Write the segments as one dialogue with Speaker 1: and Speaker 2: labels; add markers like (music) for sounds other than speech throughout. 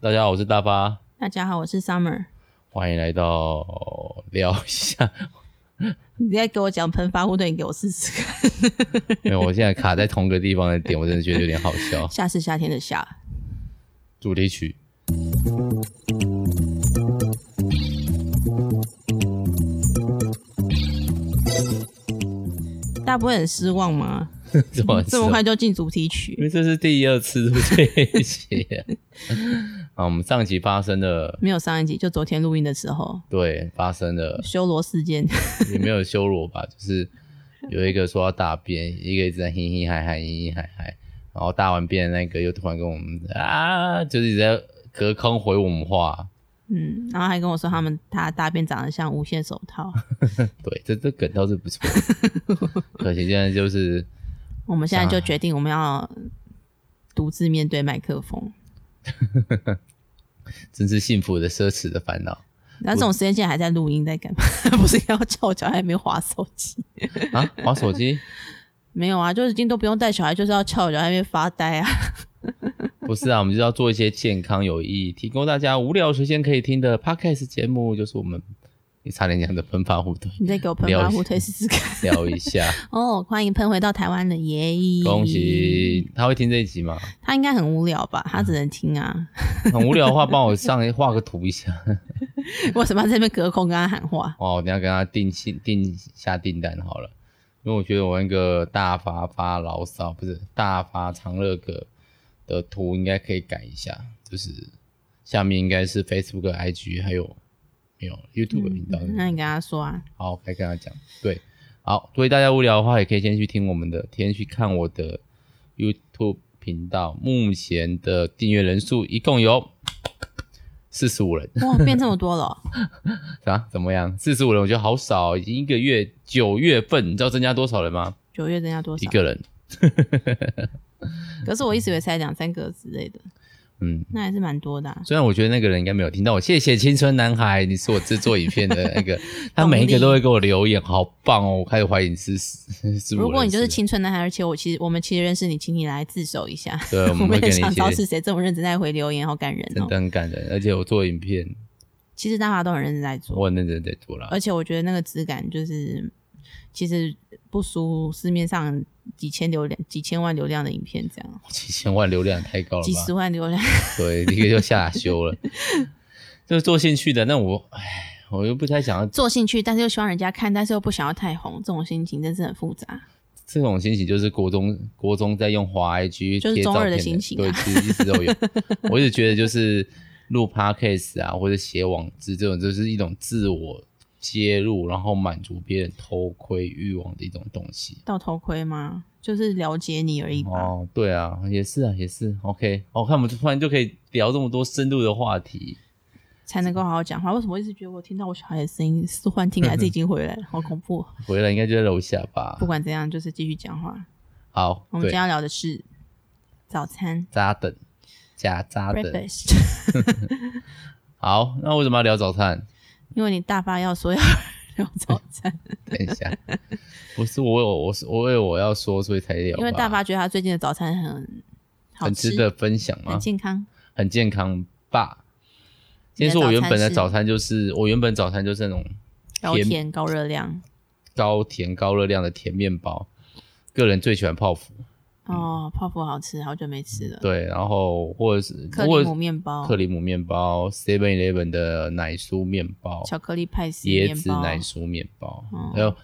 Speaker 1: 大家好，我是大巴，
Speaker 2: 大家好，我是 Summer。
Speaker 1: 欢迎来到聊一下。 (laughs)
Speaker 2: 你在给我讲喷发护盾，你给我试试看。
Speaker 1: 没有，我现在卡在同个地方的点，我真的觉得有点好笑。
Speaker 2: 夏是夏天的夏，
Speaker 1: 主题曲，
Speaker 2: 大家不会很失望吗？
Speaker 1: 怎么
Speaker 2: (laughs) 这么快
Speaker 1: 知道？
Speaker 2: 就进主题
Speaker 1: 因
Speaker 2: 曲，
Speaker 1: 为这是第二次录这一 (laughs) 集。啊，我们上集发生了，
Speaker 2: 没有上一集，就昨天录音的时候
Speaker 1: 对，发生了，
Speaker 2: 修罗事件。
Speaker 1: 也没有羞辱我吧， (laughs) 就是有一个说要大便，一个一直在嘿嘿嗨嗨，嘿嘿嗨嗨，然后大完便的那个又突然跟我们啊，就是一直在隔空回我们话。
Speaker 2: 嗯，然后还跟我说他们他大便长得像无限手套。
Speaker 1: 对，这这梗倒是不错， (laughs) 可惜现在就是
Speaker 2: 我们现在就决定我们要独自面对麦克风，
Speaker 1: 真是幸福的奢侈的烦恼
Speaker 2: 然后这种时间线还在录音，在干嘛？ (laughs) 不是要叫我小孩没划手机？
Speaker 1: 啊！玩手机
Speaker 2: 没有啊，就是已经都不用带小孩，就是要翘脚在那边发呆啊。
Speaker 1: 不是啊，我们就是要做一些健康有意义，提供大家无聊时间可以听的 podcast 节目，就是我们你差点讲的喷发互怼，
Speaker 2: 你再给我喷
Speaker 1: 了
Speaker 2: 发
Speaker 1: 解
Speaker 2: 护腿试试看。
Speaker 1: 聊一下，
Speaker 2: 哦，欢迎喷回到台湾的耶！
Speaker 1: 恭！喜他会听这一集吗？
Speaker 2: 他应该很无聊吧？他只能
Speaker 1: (laughs)
Speaker 2: 听啊。
Speaker 1: 很无聊的话，帮我上画个图一下。
Speaker 2: 为什么要在这边隔空跟他喊话？
Speaker 1: 哦，我等一下跟他定性定下订单好了，因为我觉得我那个大发发牢骚不是大发长乐哥的图应该可以改一下，就是下面应该是 Facebook、IG 还有没有 YouTube
Speaker 2: 嗯
Speaker 1: 频道。
Speaker 2: 那你跟他说啊，
Speaker 1: 好，该跟他讲。对，好，所以大家无聊的话，也可以先去听我们的，先去看我的 YouTube 频道，目前的订阅人数一共有四十五人。
Speaker 2: 哇，变这么多了哦、
Speaker 1: 啊，怎么样？四十五人，我觉得好少哦，已经一个月九月份，你知道增加多少人吗？
Speaker 2: 九月增加多
Speaker 1: 一
Speaker 2: 少？
Speaker 1: 个人，
Speaker 2: 可是我一直以为才两三个之类的，
Speaker 1: 嗯。
Speaker 2: 那还是蛮多的、啊。
Speaker 1: 虽然我觉得那个人应该没有听到我，谢谢青春男孩，你是我制作影片的
Speaker 2: (laughs)
Speaker 1: 那个，他每一个都会给我留言，好棒哦！我开始怀疑你是是不
Speaker 2: 如果你就是
Speaker 1: 认识
Speaker 2: 青春男孩，啊而且我其实我们其实认识你，请你来自首一下。
Speaker 1: 对， (laughs) 我们会
Speaker 2: 们
Speaker 1: 给
Speaker 2: 也
Speaker 1: 你
Speaker 2: 想
Speaker 1: 一
Speaker 2: 知道
Speaker 1: 些
Speaker 2: 是谁这么认真在回留言，好感人
Speaker 1: 真
Speaker 2: 哦
Speaker 1: 的。很感人，而且我做影片，
Speaker 2: 其实大家都很认真在做，
Speaker 1: 我很认真在做啦。
Speaker 2: 而且我觉得那个质感就是其实不输市面上几千流量、几千万流量的影片这样。
Speaker 1: 几千万流量太高了
Speaker 2: 几
Speaker 1: 吧
Speaker 2: 十？万流量， (laughs)
Speaker 1: 对，一个就下修了，就是做兴趣的。那我，唉，我又不太想要
Speaker 2: 做兴趣，但是又希望人家看，但是又不想要太红，这种心情真是很复杂。
Speaker 1: 这种心情就是国中国中在用华 IG
Speaker 2: 就是
Speaker 1: 贴照
Speaker 2: 中二
Speaker 1: 片
Speaker 2: 的心情啊
Speaker 1: 对，其实一直都
Speaker 2: (laughs)
Speaker 1: 有。我一直觉得就是录 podcast 啊，或者写网志这种，就是一种自我揭露，然后满足别人偷窥欲望的一种东西。
Speaker 2: 到头盔吗？就是了解你而已吧。
Speaker 1: 哦，对啊，也是啊，也是。OK，我、哦、看我们突然就可以聊这么多深度的话题，
Speaker 2: 才能够好好讲话。为什么我一直觉得我听到我小孩的声音是幻听，还是已经回来了？好恐怖！哦
Speaker 1: (laughs) 回来应该就在楼下吧
Speaker 2: 不。管怎样，就是继续讲话。
Speaker 1: 好，
Speaker 2: 我们
Speaker 1: 对
Speaker 2: 今天，要聊的是早餐
Speaker 1: 扎等，加扎等。
Speaker 2: breakfast， (laughs)
Speaker 1: 好，那为什么要聊早餐？
Speaker 2: 因为你大发要说要 (laughs) 聊早餐，
Speaker 1: 等一下，不是我有，我是我有我要说，所以才聊吧。
Speaker 2: 因为大发觉得他最近的早餐很好
Speaker 1: 很值得分享
Speaker 2: 很
Speaker 1: 吗？
Speaker 2: 健康。
Speaker 1: 很健康吧。
Speaker 2: 你
Speaker 1: 先
Speaker 2: 的
Speaker 1: 说我原本的
Speaker 2: 早餐是
Speaker 1: 早餐就是我原本早餐就是那种
Speaker 2: 高
Speaker 1: 甜
Speaker 2: 甜高热量
Speaker 1: 高甜高热量的甜面包，个人最喜欢泡芙，
Speaker 2: 哦，泡芙好吃，好久没吃了。
Speaker 1: 嗯对，然后或者是
Speaker 2: 克
Speaker 1: 或
Speaker 2: 里
Speaker 1: 者
Speaker 2: 姆面包
Speaker 1: 克、里姆面包，Seven Eleven 的奶酥面包，
Speaker 2: 巧克力派司面
Speaker 1: 椰子
Speaker 2: 包、
Speaker 1: 奶酥面包，
Speaker 2: 哦
Speaker 1: 还有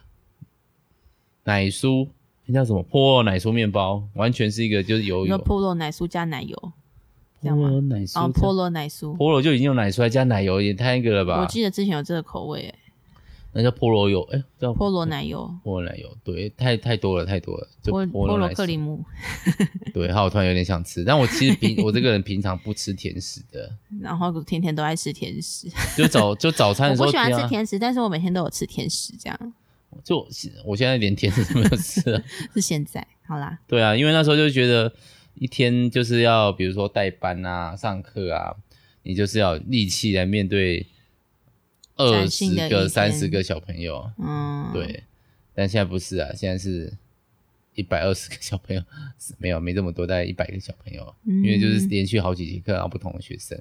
Speaker 1: 奶酥，那叫什么破奶酥面包，完全是一个就是有
Speaker 2: 你说
Speaker 1: 有
Speaker 2: 菠萝奶酥加奶油这样吗
Speaker 1: 菠奶酥
Speaker 2: 哦，
Speaker 1: 这样
Speaker 2: 菠萝奶酥，
Speaker 1: 菠萝就已经有奶出来加奶油，也太那个了
Speaker 2: 我
Speaker 1: 吧？
Speaker 2: 记得之前有这个口味，哎
Speaker 1: 那叫菠萝油，哎、叫
Speaker 2: 菠萝
Speaker 1: (laughs)
Speaker 2: 奶油，
Speaker 1: 菠萝奶油，对，太太多了，太多了，就
Speaker 2: 菠菠
Speaker 1: 萝
Speaker 2: 萝
Speaker 1: 奶
Speaker 2: 克里
Speaker 1: 酥。
Speaker 2: 姆，
Speaker 1: 对，还有我突然有点想吃，但我其实
Speaker 2: (laughs)
Speaker 1: 平我这个人平常不吃甜食的，
Speaker 2: 然后天天都爱吃
Speaker 1: (laughs)
Speaker 2: 甜食。
Speaker 1: 就早
Speaker 2: (laughs)
Speaker 1: 就早餐的
Speaker 2: 我
Speaker 1: 时候
Speaker 2: 不喜欢
Speaker 1: 啊
Speaker 2: 吃，甜食，但是我每天都有吃甜食，这样
Speaker 1: 就我现在连甜食都没有吃了。
Speaker 2: 是现在好啦。
Speaker 1: (laughs) 对啊，因为那时候就觉得一天就是要比如说代班啊、上课啊，你就是要有力气来面对二
Speaker 2: 崭新
Speaker 1: 十
Speaker 2: 的一
Speaker 1: 个、
Speaker 2: 天
Speaker 1: 三十个小朋友。
Speaker 2: 嗯，，
Speaker 1: 对，但现在不是啊，现在是一百二十个小朋友，
Speaker 2: 嗯
Speaker 1: 没有没这么多，大概一百个小朋友，因为就是连续好几节课，然后不同的学生，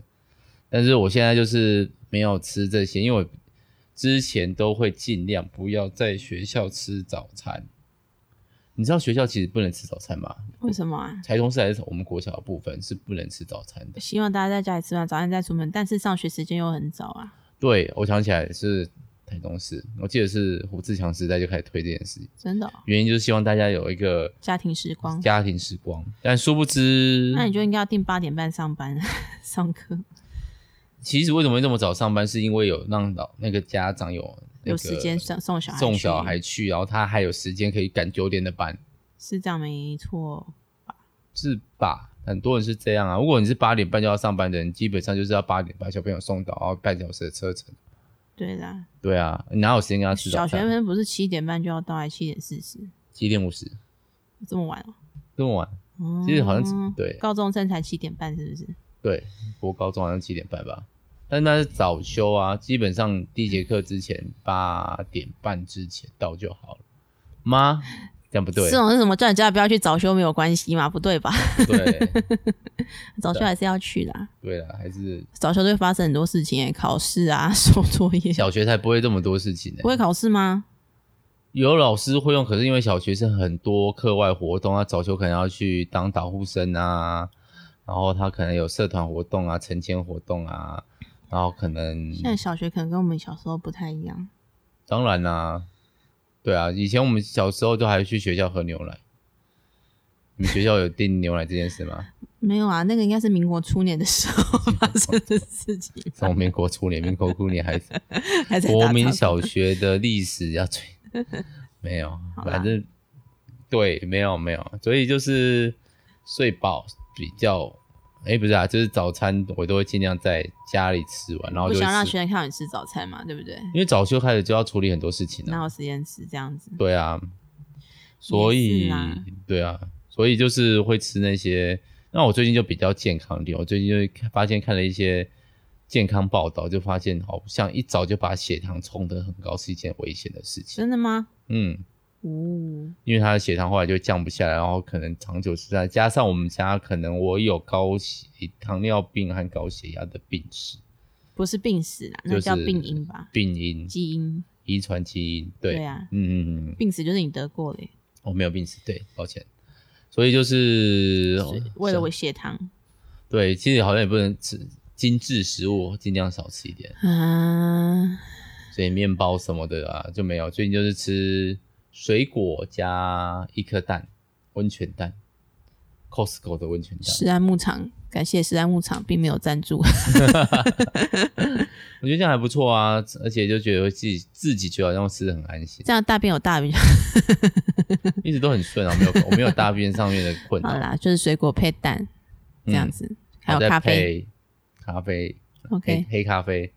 Speaker 1: 但是我现在就是没有吃这些，因为我之前都会尽量不要在学校吃早餐。你知道学校其实不能吃早餐吗？
Speaker 2: 为什么啊？
Speaker 1: 台中市还是我们国小的部分是不能吃早餐的。
Speaker 2: 希望大家在家里吃完早餐再出门，但是上学时间又很早啊。
Speaker 1: 对，我想起来是台中市，我记得是胡志强时代就开始推这件事情，
Speaker 2: 真的哦、
Speaker 1: 原因就是希望大家有一个
Speaker 2: 家庭时光
Speaker 1: 家庭时光。但殊不知，
Speaker 2: 那你就应该要定八点半上班 (laughs) 上课，
Speaker 1: 其实为什么会这么早上班，是因为有让老那个家长有、那个、
Speaker 2: 有时间送送小孩去，
Speaker 1: 送小孩去，然后他还有时间可以赶九点的班，
Speaker 2: 是这样没错。
Speaker 1: 是吧？很多人是这样啊。如果你是八点半就要上班的人，基本上就是要八点把小朋友送到，然后半小时的车程。
Speaker 2: 对啦，
Speaker 1: 对啊，你哪有时间跟他吃
Speaker 2: 小
Speaker 1: 早
Speaker 2: 学
Speaker 1: 餐？
Speaker 2: 生不是七点半就要到，还七点四十，
Speaker 1: 七点五十
Speaker 2: 这么晚哦、
Speaker 1: 这么晚？
Speaker 2: 嗯
Speaker 1: 其实好像只对
Speaker 2: 高中生才七点半，是不是？
Speaker 1: 对，我高中好像七点半吧，但那是早修啊，基本上第一节课之前八点半之前到就好了。妈，这样不对
Speaker 2: 这，种是哦什么？叫你家不要去早修没有关系嘛？不对吧？
Speaker 1: 对
Speaker 2: 早
Speaker 1: 啊
Speaker 2: 修还是要去啦，
Speaker 1: 对了，还是
Speaker 2: 早修就会发生很多事情、欸，考试啊， (laughs) 收作业。
Speaker 1: 小学才不会这么多事情呢、
Speaker 2: 不会考试吗？
Speaker 1: 有老师会用，可是因为小学生很多课外活动啊，早修可能要去当导护生啊，然后他可能有社团活动啊、晨间活动啊，然后可能
Speaker 2: 现在小学可能跟我们小时候不太一样。
Speaker 1: 当然啦、对啊，以前我们小时候都还去学校喝牛奶。你们学校有订牛奶这件事
Speaker 2: (laughs)
Speaker 1: 吗？
Speaker 2: 没有啊，那个应该是民国初年的时候发生的事
Speaker 1: (laughs)
Speaker 2: 情吧，
Speaker 1: 从民国初年、民国初年还是
Speaker 2: 还 (laughs) 在打
Speaker 1: 国民
Speaker 2: 仗
Speaker 1: 小学的历史要追，没有，
Speaker 2: 好啦
Speaker 1: 反正对，没有没有，所以就是睡饱比较，哎、不是啊，就是早餐我都会尽量在家里吃完，然后
Speaker 2: 不
Speaker 1: 就
Speaker 2: 想让
Speaker 1: 会
Speaker 2: 学
Speaker 1: 吃，嗯
Speaker 2: 生看到你吃早餐嘛，对不对？
Speaker 1: 因为早修开始就要处理很多事情
Speaker 2: 哪
Speaker 1: 啊，
Speaker 2: 有时间吃这样子？
Speaker 1: 对啊，所
Speaker 2: 也
Speaker 1: 以
Speaker 2: 是啦
Speaker 1: 对啊，所以就是会吃那些。那我最近就比较健康一点，我最近就会看发现看了一些健康报道，就发现好像一早就把血糖冲得很高是一件危险的事情。
Speaker 2: 真的吗？
Speaker 1: 嗯，
Speaker 2: 哦，
Speaker 1: 因为他的血糖后来就降不下来，然后可能长久吃下来，加上我们家可能我有高血糖尿病和高血压的病史，
Speaker 2: 不是病死啦，
Speaker 1: 就
Speaker 2: 那
Speaker 1: 是
Speaker 2: 叫病因吧，
Speaker 1: 病因、
Speaker 2: 基因。
Speaker 1: 遗传基因，对，
Speaker 2: 对啊，
Speaker 1: 嗯嗯嗯，
Speaker 2: 病死就是你得过的耶，
Speaker 1: 我哦没有病史，对，抱歉。所以就是哦
Speaker 2: 所以为了我血糖
Speaker 1: 对，其实好像也不能吃精致食物，尽量少吃一点，
Speaker 2: 啊，
Speaker 1: 所以面包什么的啊就没有，最近就是吃水果加一颗蛋，温泉蛋，Costco 的温泉蛋，
Speaker 2: 石安牧场。感谢石安牧场并没有赞
Speaker 1: (laughs)
Speaker 2: 助，
Speaker 1: 我觉得这样还不错啊，而且就觉得自己自己觉得好像吃的很安心，
Speaker 2: 这样大便有大便。
Speaker 1: 一直都很顺啊，没有我没有大便上面的困
Speaker 2: 好
Speaker 1: 扰， (laughs)
Speaker 2: 啦，就是水果配蛋
Speaker 1: 嗯
Speaker 2: 这样子，还有
Speaker 1: 再
Speaker 2: 咖啡。
Speaker 1: 配咖啡，黑
Speaker 2: OK，
Speaker 1: 黑咖啡，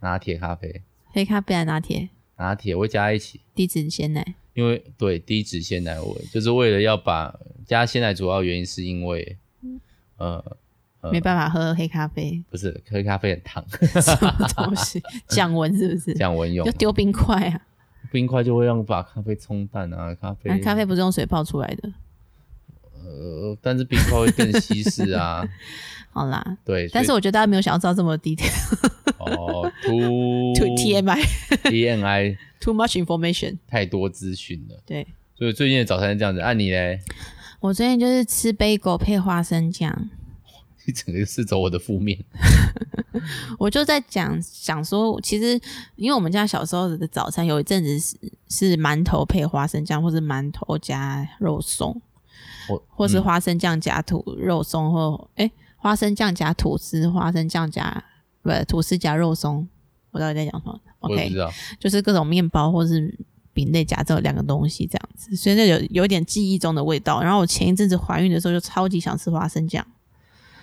Speaker 1: 拿铁咖啡，
Speaker 2: 黑咖啡还是啊拿铁，
Speaker 1: 拿铁我会加在一起。
Speaker 2: 低脂鲜奶。
Speaker 1: 因为对低脂鲜奶味，就是为了要把加鲜奶，主要原因是因为，
Speaker 2: 嗯
Speaker 1: 呃，呃
Speaker 2: 没办法喝黑
Speaker 1: (laughs)，
Speaker 2: 咖啡
Speaker 1: 不是喝咖啡很烫，
Speaker 2: 什么
Speaker 1: (laughs)
Speaker 2: 东西降温是不是？
Speaker 1: 降温用
Speaker 2: 就丢冰块啊！
Speaker 1: 冰块就会让把咖啡冲淡啊，咖啡、
Speaker 2: 那咖啡不是用水泡出来的。
Speaker 1: 呃，但是冰块会更稀释啊，
Speaker 2: (laughs) 好啦，
Speaker 1: 对，
Speaker 2: 但是
Speaker 1: 所以
Speaker 2: 我觉得大家没有想要知道这么 detail， (laughs)
Speaker 1: 哦，too
Speaker 2: too TMI
Speaker 1: (laughs) TMI
Speaker 2: too much information。
Speaker 1: 太多资讯了，
Speaker 2: 对
Speaker 1: 所以最近的早餐是这样子，按、你嘞， (laughs)
Speaker 2: 我最近就是吃 bagel 配花生酱，
Speaker 1: 你整个是走我的负面，
Speaker 2: 我就在讲想说，其实因为我们家小时候的早餐有一阵子是是馒头配花生酱，或是馒头加肉松，
Speaker 1: 我
Speaker 2: 或是
Speaker 1: 嗯
Speaker 2: 花生酱加土肉松，或哎、花生酱加吐司，花生酱加不吐司加肉松，我到底在讲什么
Speaker 1: 我也不
Speaker 2: ？OK，
Speaker 1: 知道，
Speaker 2: 就是各种面包或是饼类夹这两个东西这样子，所以那有有点记忆中的味道。然后我前一阵子怀孕的时候就超级想吃花生酱，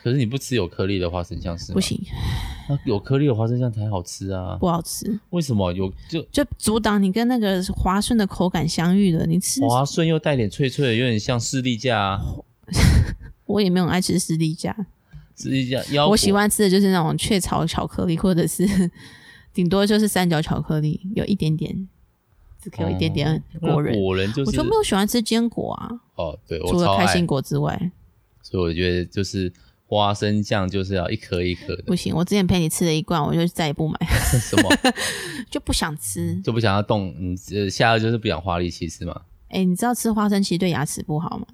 Speaker 1: 可是你不吃有颗粒的花生酱是吗？
Speaker 2: 不，行，
Speaker 1: 那有颗粒的花生酱才好吃啊，
Speaker 2: 不好吃，
Speaker 1: 为什么有就？
Speaker 2: 就阻挡你跟那个滑顺的口感相遇了。你吃，
Speaker 1: 滑顺又带点脆脆的，有点像士力架啊，
Speaker 2: 我也没有很爱吃士力架，
Speaker 1: 士力架腰果。
Speaker 2: 我喜欢吃的就是那种雀巢巧克力，或者是 (laughs) 顶多就是三角巧克力，有一点点，只可以有一点点果仁。
Speaker 1: 哦那果仁就
Speaker 2: 我
Speaker 1: 是
Speaker 2: 就没有喜欢吃坚果啊，
Speaker 1: 哦，对，我
Speaker 2: 除了
Speaker 1: 超
Speaker 2: 开
Speaker 1: 爱
Speaker 2: 心，果之外，
Speaker 1: 所以我觉得就是花生酱就是要一颗一颗的，
Speaker 2: 不行，我之前陪你吃了一罐，我就再也不买，
Speaker 1: 什么
Speaker 2: (laughs) 就不想吃。
Speaker 1: 就不想要动，你呃下颚就是不想花力气是吗？
Speaker 2: 哎、你知道吃花生其实对牙齿不好吗？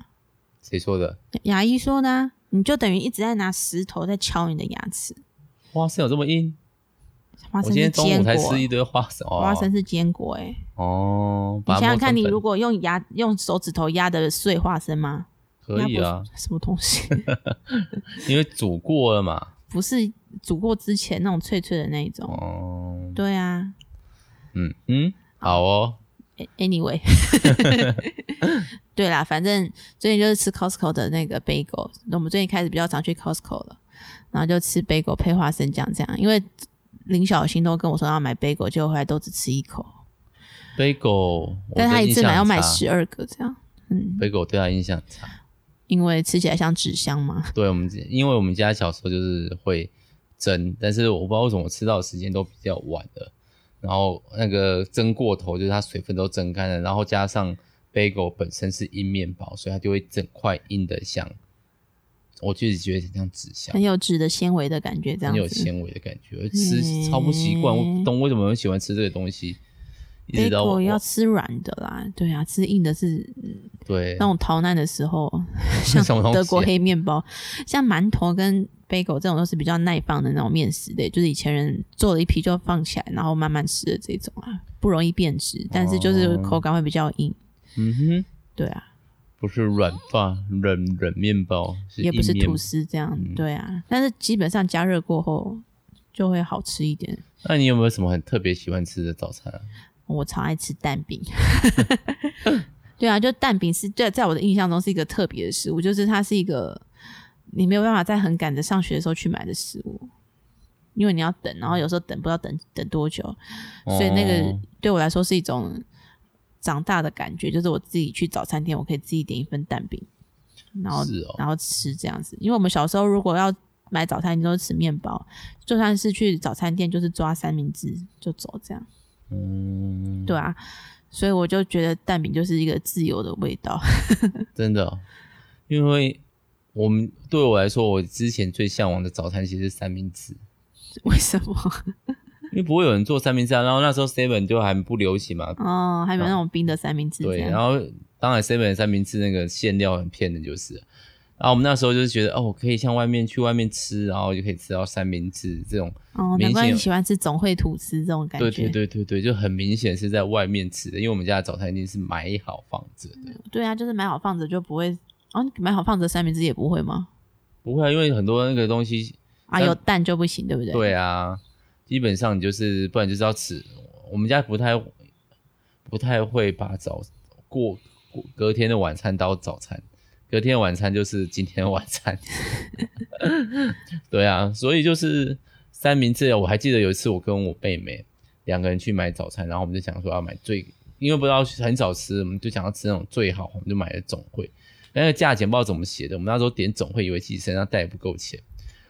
Speaker 1: 谁说的？
Speaker 2: 牙医说呢、你就等于一直在拿石头在敲你的牙齿。
Speaker 1: 花生有这么硬？
Speaker 2: 花
Speaker 1: 我
Speaker 2: 生
Speaker 1: 今
Speaker 2: 是
Speaker 1: 天中午
Speaker 2: 坚
Speaker 1: 才
Speaker 2: 果，
Speaker 1: 吃一堆花生哦，
Speaker 2: 花生是坚果、欸，哎、
Speaker 1: 哦，
Speaker 2: 你
Speaker 1: 把它
Speaker 2: 想想
Speaker 1: 磨
Speaker 2: 看，
Speaker 1: 成
Speaker 2: 你
Speaker 1: 粉
Speaker 2: 如果用牙用手指头压的碎花生吗？
Speaker 1: 可以啊，
Speaker 2: 什么东西？ (laughs)
Speaker 1: 因为煮过了嘛，
Speaker 2: 不是煮过之前那种脆脆的那一种。
Speaker 1: 哦，
Speaker 2: 对啊
Speaker 1: 嗯嗯，好哦，
Speaker 2: a-，anyway，对啦，反正最近就是吃 Costco 的那个 bagel，我们最近开始比较常去 Costco 了，然后就吃 bagel 配花生酱这样，因为林小新都跟我说要买 bagel，结果后来都只吃一口，
Speaker 1: bagel，我
Speaker 2: 但他
Speaker 1: 对
Speaker 2: 一次
Speaker 1: 印象
Speaker 2: 买要
Speaker 1: 很
Speaker 2: 买
Speaker 1: 差
Speaker 2: 十二个这样，嗯，
Speaker 1: ，bagel 我对他印象很差。
Speaker 2: 因为吃起来像纸箱嘛，
Speaker 1: 对啊我们家，因为我们家小时候就是会蒸，但是我不知道为什么我吃到的时间都比较晚了。然后那个蒸过头，就是它水分都蒸干了，然后加上 bagel 本身是硬面包，所以它就会整块硬的像，我就是觉得很像纸箱
Speaker 2: 很，有纸的纤维的感觉，这样
Speaker 1: 很有
Speaker 2: 子。
Speaker 1: 纤维的感觉，我吃
Speaker 2: 嗯
Speaker 1: 超不习惯，我不懂为什么我喜欢吃这个东西，一直到
Speaker 2: bagel
Speaker 1: 我
Speaker 2: 要吃软的啦，对啊，吃硬的是嗯
Speaker 1: 对
Speaker 2: 那种逃难的时候，像
Speaker 1: (laughs) 什么东西啊
Speaker 2: 德国黑面包，像馒头跟 bagel 这种都是比较耐放的那种面食类，就是以前人做了一批就放起来，然后慢慢吃的这种啊，不容易变质，但是就是
Speaker 1: 哦
Speaker 2: 口感会比较硬。
Speaker 1: 嗯哼，
Speaker 2: 对啊，
Speaker 1: 不是软饭软软面包，是
Speaker 2: 也不是
Speaker 1: 硬面嗯
Speaker 2: 吐司这样，对啊，但是基本上加热过后就会好吃一点。
Speaker 1: 那你有没有什么很特别喜欢吃的早餐啊？
Speaker 2: 我超爱吃蛋饼。 (laughs) 对啊，就蛋饼是对，在我的印象中是一个特别的食物，就是它是一个你没有办法在很赶着上学的时候去买的食物，因为你要等，然后有时候等不知道等等多久， (laughs) 所以那个
Speaker 1: 哦
Speaker 2: 对我来说是一种长大的感觉，就是我自己去早餐店，我可以自己点一份蛋饼，然后、
Speaker 1: 是哦
Speaker 2: 然后吃这样子。因为我们小时候如果要买早餐，你都是吃面包，就算是去早餐店，就是抓三明治就走这样。
Speaker 1: 嗯，
Speaker 2: 对啊，所以我就觉得蛋饼就是一个自由的味道。 (laughs)
Speaker 1: 真的哦、因为我们对我来说，我之前最向往的早餐其实是三明治，
Speaker 2: 为什么？ (laughs)
Speaker 1: 因为不会有人做三明治啊。然后那时候 seven 就还不流行嘛，
Speaker 2: 哦，还有那种冰的三明治这
Speaker 1: 对。然
Speaker 2: 样。
Speaker 1: 后当然 seven 三明治那个馅料很骗人，就是。然后我们那时候就是觉得，哦，可以像外面去外面吃，然后就可以吃到三明治这种。
Speaker 2: 哦，
Speaker 1: 明
Speaker 2: 难
Speaker 1: 显
Speaker 2: 怪你
Speaker 1: 有
Speaker 2: 喜欢吃总会吐司这种感觉。
Speaker 1: 对对对对对，就很明显是在外面吃的，因为我们家的早餐一定是买好放着的。
Speaker 2: 对啊，就是买好放着就不会。哦，你买好放着三明治也不会吗？
Speaker 1: 不会啊，因为很多那个东西
Speaker 2: 啊，
Speaker 1: 但
Speaker 2: 有蛋就不行，对不对？
Speaker 1: 对啊，基本上你就是不然就是要吃。我们家不太不太会把早过过隔天的晚餐当早餐，隔天的晚餐就是今天的晚餐。 (laughs) 对啊，所以就是三明治啊。我还记得有一次我跟我妹妹两个人去买早餐，然后我们就想说要买最，因为不知道很少吃，我们就想要吃那种最好，我们就买了总会。那个价钱不知道怎么写的，我们那时候点总会以为自己身上带也不够钱，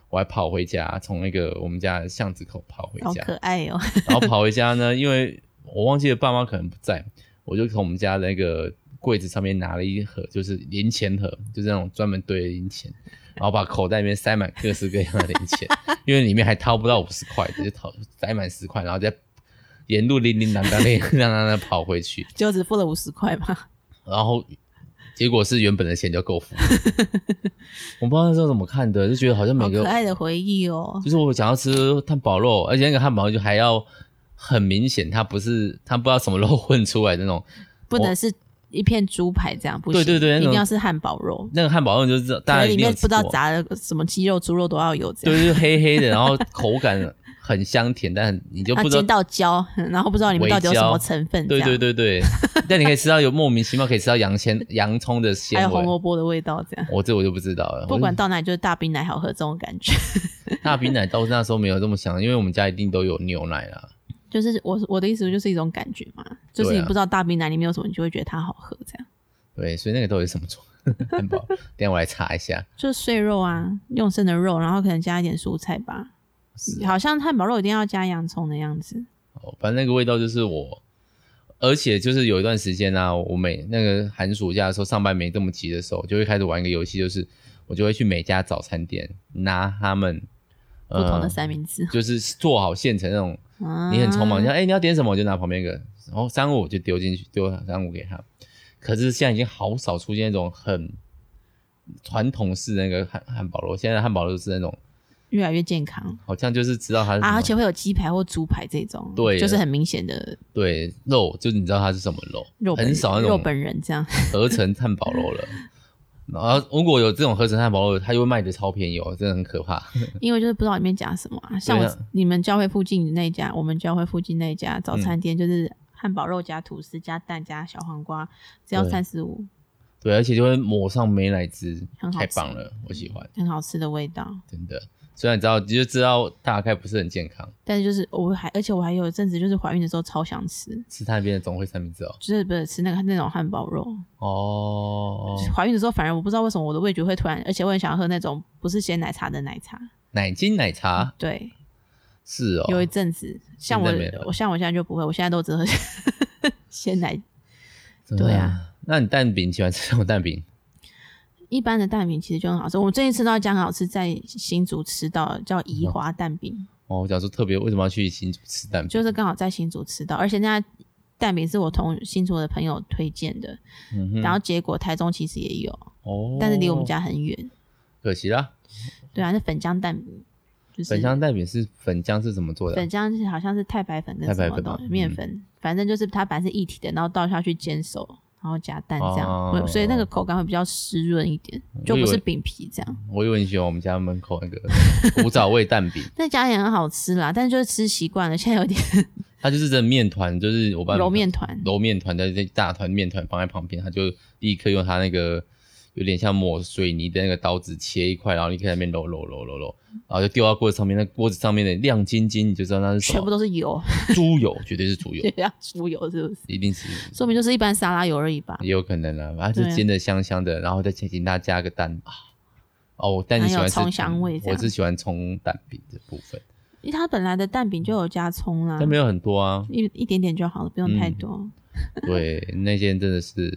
Speaker 1: 我还跑回家，从那个我们家的巷子口跑回
Speaker 2: 好
Speaker 1: 家，
Speaker 2: 可爱哦。 (laughs)
Speaker 1: 然后跑回家呢，因 (laughs) 为我忘记了爸妈可能不在，我就从我们家那个柜子上面拿了一盒，就是零钱盒，就是那种专门堆的零钱，然后把口袋里面塞满各式各样的零钱， (laughs) 因为里面还掏不到五十块，直接掏塞满十块，然后再沿路叮叮当当、叮叮当当的跑回去，
Speaker 2: 就只付了五十块嘛。
Speaker 1: 然后结果是原本的钱就够
Speaker 2: (laughs)
Speaker 1: 付了。我不知道那时候怎么看的，就觉得好像每
Speaker 2: 好
Speaker 1: 个
Speaker 2: 可爱的回忆 (laughs) 哦。
Speaker 1: 就是我想要吃汉堡肉，而且那个汉堡肉就还要很明显，它不是它不知道什么肉混出来的那种， (laughs)
Speaker 2: 不能是一片猪排这样，不行。
Speaker 1: 对对对那
Speaker 2: 一定
Speaker 1: 种
Speaker 2: 要是汉堡肉，
Speaker 1: 那个汉堡肉就是大家
Speaker 2: 可能
Speaker 1: 一
Speaker 2: 里
Speaker 1: 定有
Speaker 2: 面
Speaker 1: 吃
Speaker 2: 不知道
Speaker 1: 过，
Speaker 2: 炸了什么鸡肉、猪肉都要有这样。
Speaker 1: 对，就是黑黑的，然后口感很香甜，但你就
Speaker 2: (laughs) 啊，
Speaker 1: 不知
Speaker 2: 煎
Speaker 1: 道，
Speaker 2: 到焦，嗯然后不知道里面到底有什么
Speaker 1: 微焦
Speaker 2: 成分，
Speaker 1: 对对
Speaker 2: 这样，
Speaker 1: 对
Speaker 2: (laughs)
Speaker 1: 对，但你可以吃到有莫名其妙可以吃到洋鲜洋葱的
Speaker 2: (laughs) 还
Speaker 1: 鲜
Speaker 2: 有红
Speaker 1: 味。
Speaker 2: 萝卜的味道，这样。
Speaker 1: 我这我就不知道了。
Speaker 2: 不管到哪里就是大冰奶好喝这种感觉， (laughs)
Speaker 1: 我大饼奶倒是那时候没有这么想，因为我们家一定都有牛奶啦。
Speaker 2: 就是我我的意思就是一种感觉嘛，就是
Speaker 1: 对
Speaker 2: 你
Speaker 1: 啊
Speaker 2: 不知道大冰奶里面有什么，你就会觉得它好喝，这样
Speaker 1: 对，所以那个到底是什么做 (laughs) 汉堡？等一下我来查一下。
Speaker 2: 就是碎肉啊，用剩的肉，然后可能加一点蔬菜吧，
Speaker 1: 是啊
Speaker 2: 好像汉堡肉一定要加洋葱的样子。
Speaker 1: 哦，反正那个味道就是我，而且就是有一段时间啊，我每那个寒暑假的时候，上班没这么急的时候，就会开始玩一个游戏，就是我就会去每家早餐店拿他们、呃
Speaker 2: 不同的三明治，
Speaker 1: 就是做好现成那种。
Speaker 2: 啊
Speaker 1: 嗯你很匆忙，你说哎、你要点什么，我就拿旁边一个，然后三五我就丢进去，丢三五给他。可是现在已经好少出现那种很传统式的那个汉汉堡了，现在的汉堡都是那种
Speaker 2: 越来越健康
Speaker 1: 好像就是知道它是什么、
Speaker 2: 啊，而且会有鸡排或猪排这种，
Speaker 1: 嗯对
Speaker 2: 就是很明显的
Speaker 1: 对肉，就是你知道它是什么肉，
Speaker 2: 肉本
Speaker 1: 很少那
Speaker 2: 肉
Speaker 1: 种
Speaker 2: 本人这样，
Speaker 1: 合成汉堡肉了。然后如果有这种合成汉堡肉，它就会卖的超便宜哦，真的很可怕。
Speaker 2: 因为就是不知道里面讲什么啊。像我
Speaker 1: 对啊
Speaker 2: 你们教会附近那一家，我们教会附近那一家早
Speaker 1: 嗯
Speaker 2: 餐店就是汉堡肉加吐司加蛋加小黄瓜，只要
Speaker 1: 对
Speaker 2: 三十五，
Speaker 1: 对，而且就会抹上美乃滋
Speaker 2: 很，好
Speaker 1: 太
Speaker 2: 吃
Speaker 1: 棒了，我喜欢，
Speaker 2: 很好吃的味道。
Speaker 1: 真的。虽然你知道，你就知道大概不是很健康，
Speaker 2: 但是就是我还，而且我还有一阵子就是怀孕的时候超想吃，
Speaker 1: 吃它那边的总会三明治哦。
Speaker 2: 就是不是吃那个那种汉堡肉。
Speaker 1: 哦，
Speaker 2: 怀孕的时候，反而我不知道为什么我的味觉会突然，而且我很想喝那种不是鲜奶茶的奶茶。
Speaker 1: 奶精奶茶
Speaker 2: 对，
Speaker 1: 是哦，
Speaker 2: 有一阵子，像我
Speaker 1: 现在没了
Speaker 2: 我像我现在就不会，我现在都只喝 (laughs) 鲜奶。
Speaker 1: 真的
Speaker 2: 对啊。
Speaker 1: 那你蛋饼喜欢吃什么蛋饼？
Speaker 2: 一般的蛋饼其实就很好吃，我最近吃到一家很好吃，在新竹吃到的叫宜
Speaker 1: 嗯
Speaker 2: 华蛋饼，
Speaker 1: 哦，我想说特别为什么要去新竹吃蛋饼？
Speaker 2: 就是刚好在新竹吃到，而且那家蛋饼是我同新竹的朋友推荐的，
Speaker 1: 嗯哼
Speaker 2: 然后结果台中其实也有，
Speaker 1: 哦，
Speaker 2: 但是离我们家很远。
Speaker 1: 可惜啦。
Speaker 2: 对啊，那粉浆蛋饼就是
Speaker 1: 粉浆蛋饼是粉浆是怎么做的啊
Speaker 2: 粉？浆是好像是太白粉跟
Speaker 1: 太白
Speaker 2: 什么
Speaker 1: 粉吧嗯
Speaker 2: 东西面粉，反正就是它本来是一体的，然后倒下去煎熟，然后加蛋这样，
Speaker 1: 哦嗯
Speaker 2: 所以那个口感会比较湿润一点，就不是饼皮这样。
Speaker 1: 我有很喜欢我们家门口那个 (laughs) 古早味蛋饼，
Speaker 2: 那家也很好吃啦，但是就是吃习惯了，现在有点 (laughs)
Speaker 1: 它就是这面团，就是我把
Speaker 2: 揉面团，
Speaker 1: 揉面团的这大团面团放在旁边，他就立刻用他那个有点像抹水泥的那个刀子切一块，然后立刻在那边揉揉揉揉揉，然后就丢到锅子上面，那锅子上面的亮晶晶，你就知道那是什
Speaker 2: 全部
Speaker 1: 么，
Speaker 2: 都是油，
Speaker 1: (laughs) 猪油，绝对是猪油
Speaker 2: (laughs) 对，要出油是不是？
Speaker 1: 一定是，
Speaker 2: 说明就是一般沙拉油而已吧。
Speaker 1: 也有可能啦，反正
Speaker 2: 对
Speaker 1: 就
Speaker 2: 啊
Speaker 1: 煎的香香的，然后再请请大家加个蛋啊。哦，但你喜欢吃
Speaker 2: 还有葱香味这
Speaker 1: 我
Speaker 2: 样
Speaker 1: 是喜欢葱蛋饼的部分，
Speaker 2: 因为它本来的蛋饼就有加葱啦
Speaker 1: 但，没有嗯很多啊。
Speaker 2: 一一点点就好了，不用太多。 (laughs)
Speaker 1: 对，那间真的是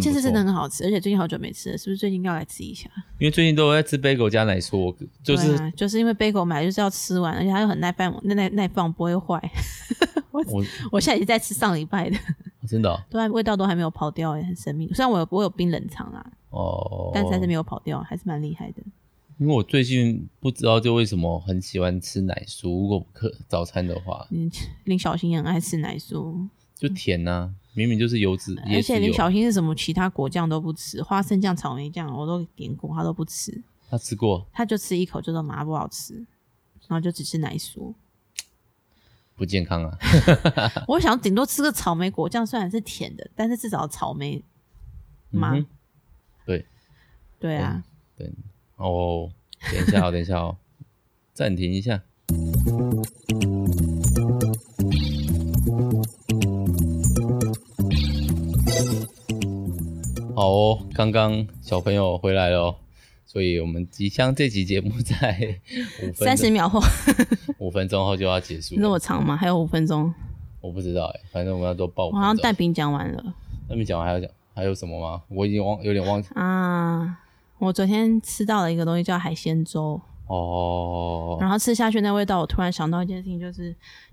Speaker 1: 很
Speaker 2: 其
Speaker 1: 不
Speaker 2: 实
Speaker 1: 错
Speaker 2: 哎真的很好吃，而且最近好久没吃了，是不是最近要来吃一下？
Speaker 1: 因为最近都在吃 bagel 加奶酥，就是
Speaker 2: 对啊、就是因为 bagel 买就是要吃完，而且它又很耐放，耐耐耐放不会坏。 (laughs)
Speaker 1: 我哦
Speaker 2: 我现在已经在吃上礼拜的， (laughs)
Speaker 1: 真的哦
Speaker 2: 都还味道都还没有跑掉，欸也很神秘。虽然我有我有冰冷藏啦，
Speaker 1: 哦，
Speaker 2: 但是还是没有跑掉，还是蛮厉害的。
Speaker 1: 因为我最近不知道就为什么很喜欢吃奶酥，如果可早餐的话，
Speaker 2: 嗯，林小新也很爱吃奶酥，
Speaker 1: 就甜呐、啊明明就是哦油脂，
Speaker 2: 嗯而
Speaker 1: 椰
Speaker 2: 且
Speaker 1: 子
Speaker 2: 林
Speaker 1: 油，
Speaker 2: 小新是什么其他果酱都不吃，花生酱、草莓酱我都点过，他都不吃，
Speaker 1: 他吃过，
Speaker 2: 他就吃一口就说麻不好吃，然后就只吃奶酥。
Speaker 1: 不健康啊。
Speaker 2: 我想顶多吃个草莓果酱，虽然是甜的，但是至少草莓嘛，
Speaker 1: 嗯哼对
Speaker 2: 对啊。
Speaker 1: 哦，等一下哦，等一下哦， (laughs) 暂停一下。好哦，刚刚小朋友回来了哦，所以我们即将这集节目在五分
Speaker 2: 三十秒后，
Speaker 1: 五分钟后就要结束
Speaker 2: 你
Speaker 1: 了
Speaker 2: 那。么长吗？还有五分钟，
Speaker 1: 我不知道哎、反正我们要做爆。
Speaker 2: 我好像蛋饼讲完了
Speaker 1: 那你讲完还要讲还有什么吗？我已经忘有点忘记
Speaker 2: 啊。我昨天吃到了一个东西叫海鲜粥，
Speaker 1: 哦。
Speaker 2: 然后吃下去那味道，我突然想到一件事情，就是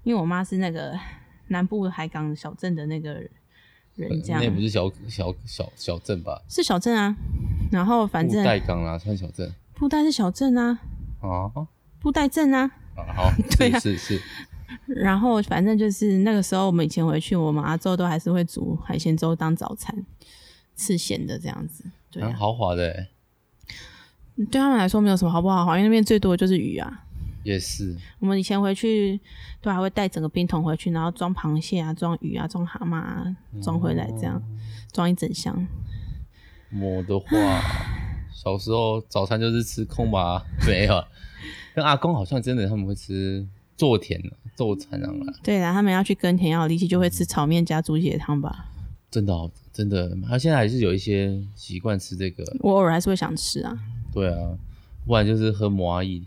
Speaker 2: 因为我妈是那个南部海港小镇的那个人，这样
Speaker 1: 呃那也不是小小小小镇吧？
Speaker 2: 是小镇啊。然后反
Speaker 1: 布
Speaker 2: 正
Speaker 1: 袋港啦、算小镇
Speaker 2: 布袋是小镇啊，
Speaker 1: 啊。
Speaker 2: 布袋镇啊。
Speaker 1: 啊，好，
Speaker 2: (laughs) 对啊
Speaker 1: 是是是，
Speaker 2: 然后反正就是那个时候，我们以前回去，我们阿周都还是会煮海鲜粥当早餐，吃咸的这样子。对、
Speaker 1: 蛮
Speaker 2: 啊，嗯
Speaker 1: 豪华的欸，
Speaker 2: 对他们来说没有什么好不好好，因为那边最多的就是鱼啊。
Speaker 1: 也是
Speaker 2: 我们以前回去都还会带整个冰桶回去，然后装螃蟹啊、装鱼啊、装蛤蟆啊，装回来这样， (laughs) 装一整箱。
Speaker 1: 我的话，小时候早餐就是吃空吧，没有。啊跟阿公好像真的他们会吃做田啊做产啊，
Speaker 2: 对啦，他们要去耕田要有力气，就会吃炒面加猪血汤吧。
Speaker 1: 真的哦，真的，他现在还是有一些习惯吃这个，
Speaker 2: 我偶尔还是会想吃啊，
Speaker 1: 对啊，不然就是喝麻薏，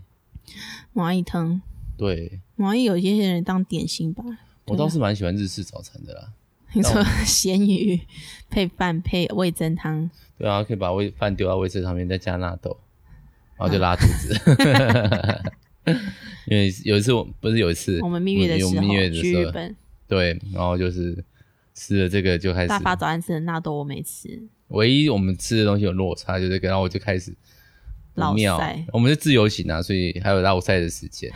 Speaker 2: 麻薏汤，
Speaker 1: 对
Speaker 2: 麻薏有一些人当点心吧。
Speaker 1: 我倒是蛮喜欢日式早餐的啦，
Speaker 2: 你说 (laughs) 咸鱼配饭配味增汤， (laughs)
Speaker 1: 对啊，可以把味饭丢到味噌上面，再加纳豆，然后就拉肚子。 (laughs) 因为有一次我不是嗯有一次
Speaker 2: 我们蜜月的时
Speaker 1: 我
Speaker 2: 候
Speaker 1: 们蜜月的
Speaker 2: 去
Speaker 1: 时
Speaker 2: 日
Speaker 1: 候，
Speaker 2: 本，
Speaker 1: 对，然后就是吃了这个就开始
Speaker 2: 大发早餐吃的纳豆我没吃，
Speaker 1: 唯一我们吃的东西有落差，就是然后我就开始
Speaker 2: 落
Speaker 1: 不妙
Speaker 2: 塞，
Speaker 1: 我们是自由行啊，所以还有绕赛的时
Speaker 2: (laughs)
Speaker 1: 间。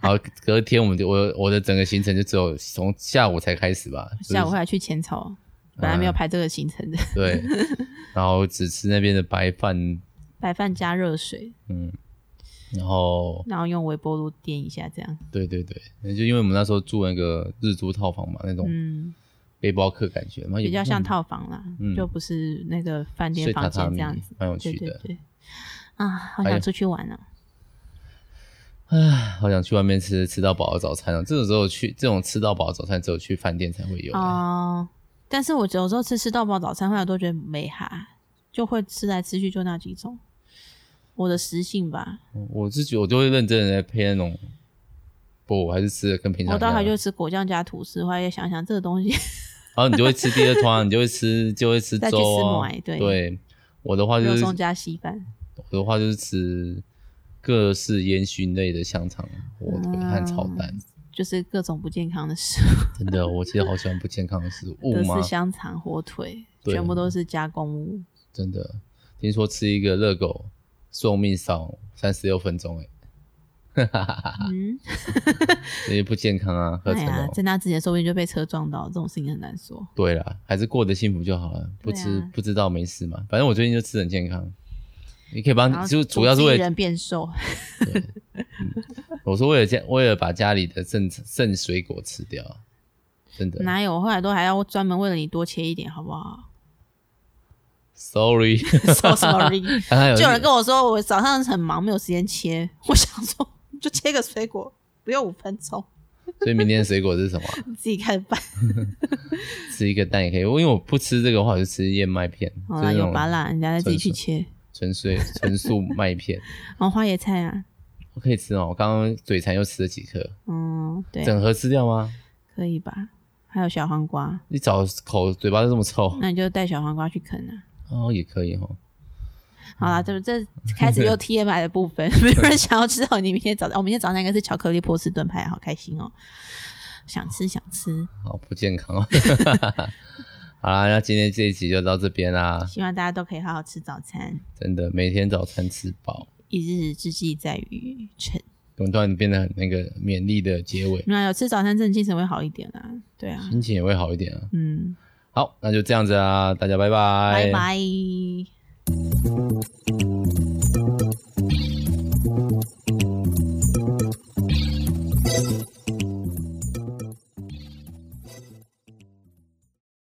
Speaker 1: 然后隔天我们就我我的整个行程就只有从下午才开始吧，就是啊哎
Speaker 2: 下午还去浅草，本来没有排这个行程的， (laughs)
Speaker 1: 对，然后只吃那边的白饭，
Speaker 2: 白饭加热水，
Speaker 1: 嗯，然后
Speaker 2: 然后用微波炉颠一下，这样，
Speaker 1: 对对对，就因为我们那时候住那个日租套房嘛，那种
Speaker 2: 嗯，
Speaker 1: 背包客感觉，嘛，也
Speaker 2: 比较
Speaker 1: 不
Speaker 2: 像套房啦，
Speaker 1: 哎嗯
Speaker 2: 就不是那个饭店
Speaker 1: 睡
Speaker 2: 房
Speaker 1: 榻榻
Speaker 2: 间这
Speaker 1: 米
Speaker 2: 样子，，
Speaker 1: 蛮有
Speaker 2: 对
Speaker 1: 趣
Speaker 2: 对
Speaker 1: 的。
Speaker 2: 对，啊，好
Speaker 1: 哎
Speaker 2: 想
Speaker 1: 呀
Speaker 2: 出去玩啊！
Speaker 1: 唉，好想去外面吃吃到饱的早餐哦、这种时候去这种吃到饱的早餐，只有去饭店才会有、
Speaker 2: 哦，但是我有时候吃吃到饱早餐，后来都觉得没哈，就会吃来吃去就那几种，我的食性吧。
Speaker 1: 嗯我自己我就会认真的在配那种，不，我还是吃的跟平常
Speaker 2: 我
Speaker 1: 一样。
Speaker 2: 待会就吃果酱加吐司，后来又想想这个东西
Speaker 1: 然后你就会吃第二团，你就会吃就会吃
Speaker 2: 再去
Speaker 1: 粥
Speaker 2: 吃
Speaker 1: 啊
Speaker 2: 糜，对
Speaker 1: 我的话就
Speaker 2: 肉
Speaker 1: 是
Speaker 2: 松加稀饭，
Speaker 1: 我的话就是吃各式烟熏类的香肠、火
Speaker 2: 啊
Speaker 1: 腿和炒蛋。
Speaker 2: 就是各种不健康的食 (laughs) 物，
Speaker 1: 真的，我其实好喜欢不健康的食物
Speaker 2: 德
Speaker 1: 吗
Speaker 2: 式？香肠、火腿，
Speaker 1: 对
Speaker 2: 全部都是加工物。
Speaker 1: 真的，听说吃一个热狗寿命少三十六分钟、欸，
Speaker 2: 嗯，
Speaker 1: 这也不健康啊，合
Speaker 2: 哎
Speaker 1: 成
Speaker 2: 呀
Speaker 1: 哦，。
Speaker 2: 在那之前说不定就被车撞到，这种事情很难说。
Speaker 1: 对啦，还是过得幸福就好了，不
Speaker 2: 对啊
Speaker 1: 吃、不知道没事嘛。反正我最近就吃得很健康，啊你可以帮
Speaker 2: 然，后
Speaker 1: 就主要是
Speaker 2: 阻止
Speaker 1: 为了
Speaker 2: 人变瘦，
Speaker 1: 我说为了家为了把家里的剩剩水果吃掉啊，真的。
Speaker 2: 哪有？我后来都还要专门为了你多切一点，好不好
Speaker 1: Sorry，(laughs)
Speaker 2: (laughs)？So sorry。
Speaker 1: 刚刚有
Speaker 2: 就有人跟我说，我早上很忙，没有时间切。我想说，就切个水果，不用五分钟，
Speaker 1: 所以明天的水果是什么啊？
Speaker 2: 你自己开始拌。
Speaker 1: 吃一个蛋也可以，因为我不吃这个的话，我就吃燕麦片，就
Speaker 2: 好哦啦，
Speaker 1: 是那
Speaker 2: 有
Speaker 1: 种
Speaker 2: 吧啦，人家再自己去切。
Speaker 1: 纯粹纯
Speaker 2: (laughs)
Speaker 1: 素麦片，
Speaker 2: 然后花椰菜啊，
Speaker 1: 我可以吃哦。我刚刚嘴馋又吃了几颗，
Speaker 2: 嗯，对，
Speaker 1: 整盒吃掉吗？
Speaker 2: 可以吧？还有小黄瓜，
Speaker 1: 你找口嘴巴就这么臭
Speaker 2: 那你就带小黄瓜去啃啊。
Speaker 1: 哦，也可以哦。
Speaker 2: 好啦，这这开始又 TMI 的部分，没有人想要知道你明天早上，我、哦明天早上应该是巧克力波士顿派，好开心哦！想吃想吃，
Speaker 1: 好不健康
Speaker 2: (laughs)
Speaker 1: 哦。 (laughs) 好啦，那今天这一集就到这边啦。
Speaker 2: 希望大家都可以好好吃早餐。
Speaker 1: 真的，每天早餐吃饱，
Speaker 2: 一日之计在于晨。
Speaker 1: 怎么突然变得很那个勉励的结尾，
Speaker 2: 那有吃早餐，真的精神会好一点啊。对啊，
Speaker 1: 心情也会好一点啊。
Speaker 2: 嗯，
Speaker 1: 好，那就这样子啊，大家拜拜，
Speaker 2: 拜拜。